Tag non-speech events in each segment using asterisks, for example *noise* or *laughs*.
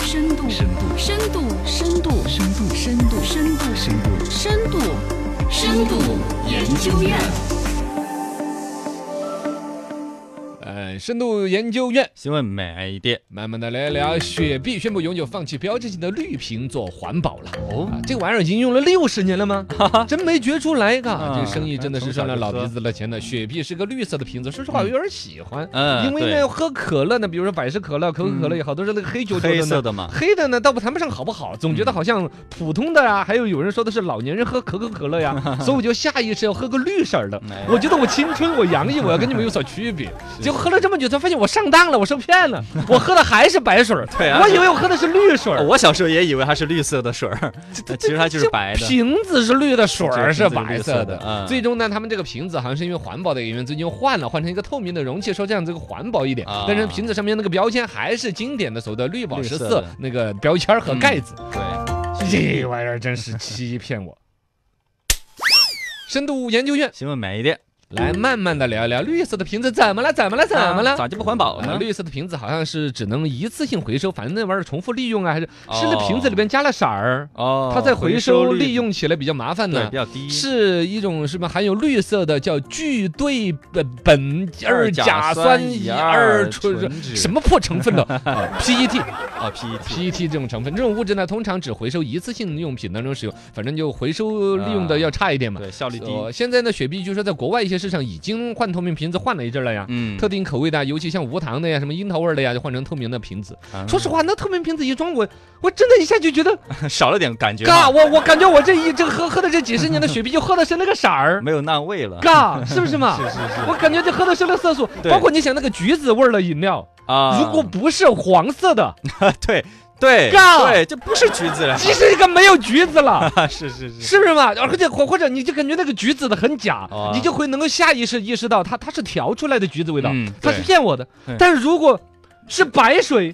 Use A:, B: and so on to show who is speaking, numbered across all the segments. A: 深度，
B: 深度，
A: 深度，深度，深度，深度，深度，
B: 深度，深度研究院。
C: 呃，深度研究院
D: 新闻买一点
C: 慢慢的来聊，雪碧宣布永久放弃标志性的绿瓶做环保了。
D: 哦
C: 啊，这个玩意儿已经用了六十年了吗？真没觉出来嘎，
D: 啊
C: 这个生意真的是赚了老鼻
D: 从小就
C: 子的钱了。雪碧是个绿色的瓶子，说实话我有点喜欢，
D: 嗯
C: 因为
D: 对嗯
C: 呢喝可乐呢，比如说百事可乐、可口可乐也好，都是那个黑球球
D: 黑
C: 的
D: 色
C: 呢。
D: 的嘛，
C: 黑的呢，倒不谈不上好不好，总
D: 嗯
C: 觉得好像普通的啊，还有有人说的是老年人喝可口可乐
D: *laughs*
C: 呀，所以我就下意识要喝个绿色儿的。
D: 哎
C: 我觉得我青春，我洋溢，我要跟你们有所区别。结果喝了这么久，才发现我上当了，我受骗
D: *laughs*
C: 了，我喝的还是白水儿
D: 对啊
C: 我以为我喝的是绿水儿
D: 哦我小时候也以为它是绿色的水儿，
C: 呃
D: *laughs*
C: 这
D: 呃其实它
C: 这
D: 就是
C: 这
D: 白的
C: 瓶子是绿的，水儿是白色
D: 这个瓶子是绿色的
C: 的。
D: 嗯
C: 最终呢，他们这个瓶子好像是因为环保的原因，最近又换了，换成一个透明的容器，说这样子环保一点
D: 啊。
C: 但是瓶子上面那个标签还是经典的所谓的绿宝
D: 绿
C: 石
D: 色
C: 色
D: 的
C: 那个标签儿和
D: 嗯
C: 盖子。
D: 对，
C: 这玩意儿真是欺骗我。深度研究院
D: 新闻买一点
C: 来慢慢的聊一聊绿色的瓶子怎么了？怎么了？怎么了？
D: 咋就不环保
C: 啊
D: 呢？
C: 绿色的瓶子好像是只能一次性回收，反正那玩意儿重复利用啊，还是
D: 哦
C: 是那瓶子里边加了色儿，
D: 哦，
C: 它再回收利
D: 率
C: 用起来比较麻烦
D: 对
C: 呢
D: 比。较低，
C: 是一种什么含有绿色的叫聚对苯苯二甲酸乙二醇什
D: 么
C: 么破成 *laughs* 分的 PET
D: 啊 PET *laughs*
C: PET E 这种成分，这种物质呢，通常只回收一次性用品当中使用，反正就回收利用的要差一点嘛。
D: 啊对效率低，
C: 呃，现在呢，雪碧据说在国外一些市场已经换透明瓶子换了一阵儿了呀。
D: 嗯
C: 特定口味的啊，尤其像无糖的呀、什么樱桃味儿的呀，就换成透明的瓶子。
D: 啊
C: 说实话，那透明瓶子一装，我我真的一下就觉得，
D: 少了点感觉
C: 嘎，
D: 嘛，
C: 我我感觉我这一这喝喝的这几十年的雪碧，就喝的是那个色儿，
D: 没有那味了
C: 嘎，是不是嘛？
D: 嗯 *laughs* 是是是
C: 我感觉就喝的是那色素，
D: 对
C: 包括你想那个橘子味儿的饮料，
D: 啊
C: 如果不是黄色
D: *laughs*
C: 的，
D: 对对
C: 嘎
D: 对，这不是橘子了，
C: 即是一个没有橘子了。
D: 啊 *laughs* 是是是，
C: 嗯是不是嘛？而且或或者你就感觉那个橘子的很假，
D: 哦
C: 你就会能够下意识意识到它它是调出来的橘子味道，
D: 嗯
C: 它是
D: 对
C: 骗我的
D: 对。
C: 但如果是白
D: *laughs*
C: 水，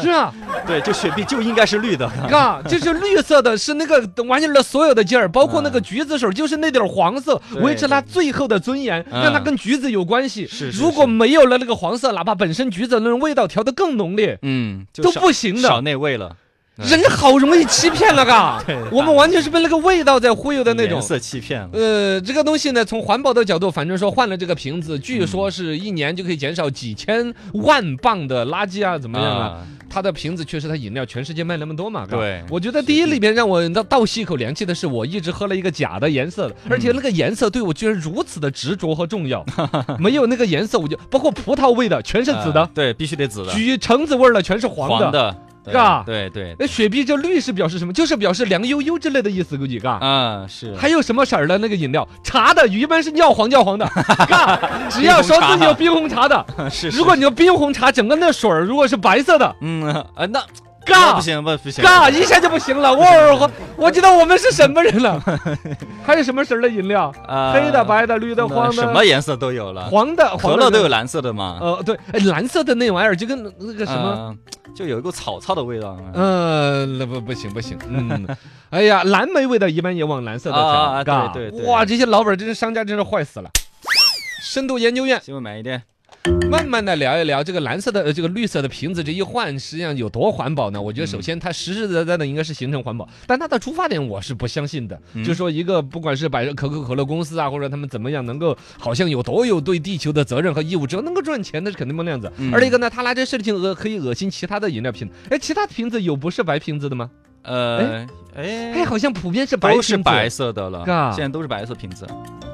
C: 是吧？
D: 对，就雪碧就应该是绿的，
C: 啊，就是绿色的，是那个玩意儿的所有的劲儿，包括那个橘子水，就是那点儿黄色，
D: 嗯对
C: 维持它最后的尊严，
D: 嗯
C: 让它跟橘子有关系
D: 是。是
C: 如果没有了那个黄色，哪怕本身橘子的那种味道调得更浓烈，
D: 嗯，就
C: 都
D: 少
C: 不行的
D: 少。那味了，嗯
C: 人好容易欺骗了，嘎
D: *laughs* 对，
C: 我们完全是被那个味道在忽悠的那种
D: 颜。色欺骗了，
C: 呃，这个东西呢，从环保的角度，反正说换了这个瓶子，据说是一年就可以减少几千万磅的垃圾啊，怎么样啊？
D: 啊？
C: 它的瓶子确实，它饮料全世界卖那么多嘛。嘎
D: 对
C: 我觉得第一里面让我倒倒吸一口凉气的是，我一直喝了一个假的颜色的，而且那个颜色对我居然如此的执着和重要，没有那个颜色我就包括葡萄味的全是紫
D: 啊
C: 的，
D: 对，必须得紫的，
C: 橘橙子味儿的全是黄的。
D: 的，对
C: 嘎哎
D: 对对，
C: 那雪碧这绿是表示什么？就是表示凉悠悠之类的意思，估计嘎。*laughs*
D: 啊是，
C: 还有什么色儿的那个饮料？茶的一般是尿黄尿
D: *laughs*
C: 黄的，嘎，只要说自己有冰红茶的，
D: 是是
C: 如果你有冰红茶，整个那水儿如果是白色的，
D: 嗯啊那 *laughs* 那
C: 嘎
D: 不。行不不行，
C: 嘎一下就不行了，我我我觉得我们是什么人
D: *laughs*
C: 了？还有什么色儿的饮料？
D: 啊
C: 黑的、白的、绿的、黄的，
D: 什么颜色都有了，
C: 黄的？黄
D: 可
C: 的
D: 乐都有
C: 是。
D: 蓝色的嘛，
C: 呃，对，哎蓝色的那玩意儿就跟那个什么，
D: 么，就有一股草草的味道啊
C: 呃，那不不行不行，嗯， *laughs* 哎呀，蓝莓味的一般也往蓝色的
D: 啊啊
C: 调，
D: 啊
C: 嘎
D: 对对对
C: 哇，这些老板儿真是商家真是坏死了。深度研究院
D: 新闻买一点，
C: 慢慢的聊一聊这个蓝色的、呃、这个绿色的瓶子这一换，实际上有多环保呢？我觉
D: 嗯
C: 得首先它实实在在的应该是形成环保，但它的出发点我是不相信的。
D: 嗯
C: 就说一个不管是百事可口可乐公司啊，或者他们怎么样，能够好像有多有对地球的责任和义务，只要能够赚钱，那是肯定不那样子。
D: 嗯
C: 而一个呢，他拿这事情恶可以恶心其他的饮料瓶，哎，其他瓶子有不是白瓶子的吗？
D: 呃
C: 哎，
D: 哎，
C: 好像普遍是白瓶
D: 都
C: 子。
D: 是白色的了
C: 嘎，
D: 现在都是白色瓶子，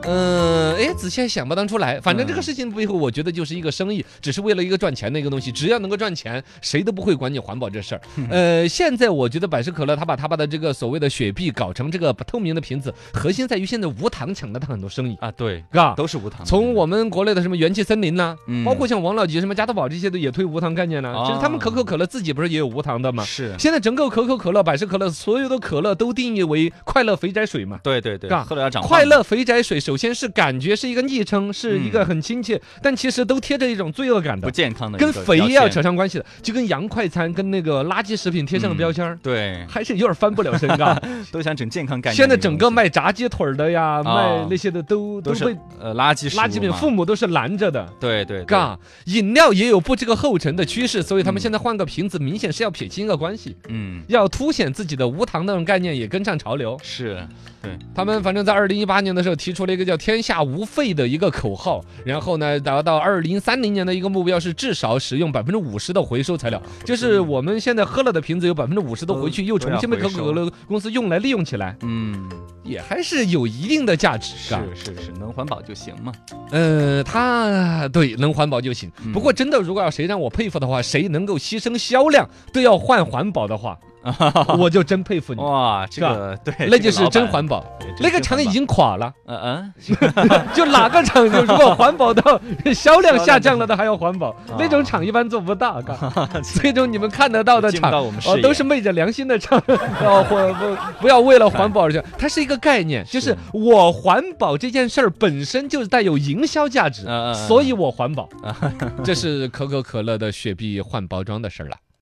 C: 嗯，哎，仔细还想不当出来。反正这个
D: 嗯
C: 事情背后，我觉得就是一个生意，只是为了一个赚钱的一个东西。只要能够赚钱，谁都不会管你环保这事儿。
D: 嗯
C: 呃，现在我觉得百事可乐他把他把的这个所谓的雪碧搞成这个透明的瓶子，核心在于现在无糖抢了他很多生意，
D: 啊对，
C: 嘎。
D: 都是无糖的，
C: 从我们国内的什么元气森林呐、
D: 嗯
C: 包括像王老吉、什么加多宝这些的也推无糖概念呢、
D: 哦
C: 其实他们可口可乐自己不是也有无糖的吗？
D: 是，
C: 现在整个可口可乐、百事可乐，所有的可乐都定义为快乐肥宅水嘛。
D: 对对对，
C: 嘎
D: 喝了要长胖
C: 快乐肥宅水首首先是感觉是一个昵称，是一个很亲切，但其实都贴着一种罪恶感
D: 嗯不
C: 的，
D: 健康的一
C: 跟
D: 个
C: 肥
D: 标
C: 要
D: 签
C: 扯上关系的，就跟洋快餐跟那个垃圾食品贴上了
D: 嗯
C: 标签儿。
D: 对，
C: 还是有点翻不了身
D: *laughs*
C: 啊！
D: 都想整健康概念。
C: 现在整个卖炸鸡腿儿的呀，卖
D: 啊
C: 那些的都
D: 都是
C: 被
D: 呃垃圾食
C: 垃圾
D: 物
C: 品，
D: 嘛
C: 父母都是拦着的。
D: 对对对
C: 嘎，饮料也有步这个后尘的趋势，所以他们
D: 嗯
C: 现在换个瓶子，明显是要撇清一个关系，
D: 嗯
C: 要凸显自己的无糖那种概念，也跟上潮流。
D: 是
C: 他们反正在二零一八年的时候提出了一个叫“天下无废”的一个口号，然后呢，达到二零三零年的一个目标是至少使用百分之五十的回收材料，就是我们现在喝了的瓶子有百分之五十都回去，
D: 都
C: 又重新被可口可乐公司用来利用起来，
D: 嗯
C: 也还是有一定的价值。嘎
D: 是是是，能环保就行嘛。
C: 呃，它对能环保就行。
D: 嗯
C: 不过真的，如果要谁让我佩服的话，谁能够牺牲销量都要换环保的
D: *laughs*
C: 话，我就真佩服你，
D: 哇，
C: 是
D: 这
C: 吧
D: 个对，
C: 那
D: 哦这
C: 就
D: 个
C: 是
D: 老
C: 真
D: 板
C: 环保。
D: 对这
C: 那
D: 是
C: 个
D: 真
C: 厂已
D: 环
C: 经垮了，
D: 保嗯
C: 就哪个厂就如果环保
D: *laughs*
C: 到销量下降了的还要环
D: 啊
C: 保，那种厂一般做不
D: *laughs*
C: 大，嘎这种你们看得到
D: 嗯，
C: 的
D: 进不
C: 厂。
D: 到我们视
C: 哦，
D: 野
C: 都是昧着良心的厂，哦，或不不要为了环保而
D: 哎
C: 去，它是一个概念，就是
D: 是
C: 我环保这件事儿本身就带有营销价值
D: 嗯嗯，嗯 *laughs*
C: 所以我环保。这是可口可乐的雪碧换包装的事儿了。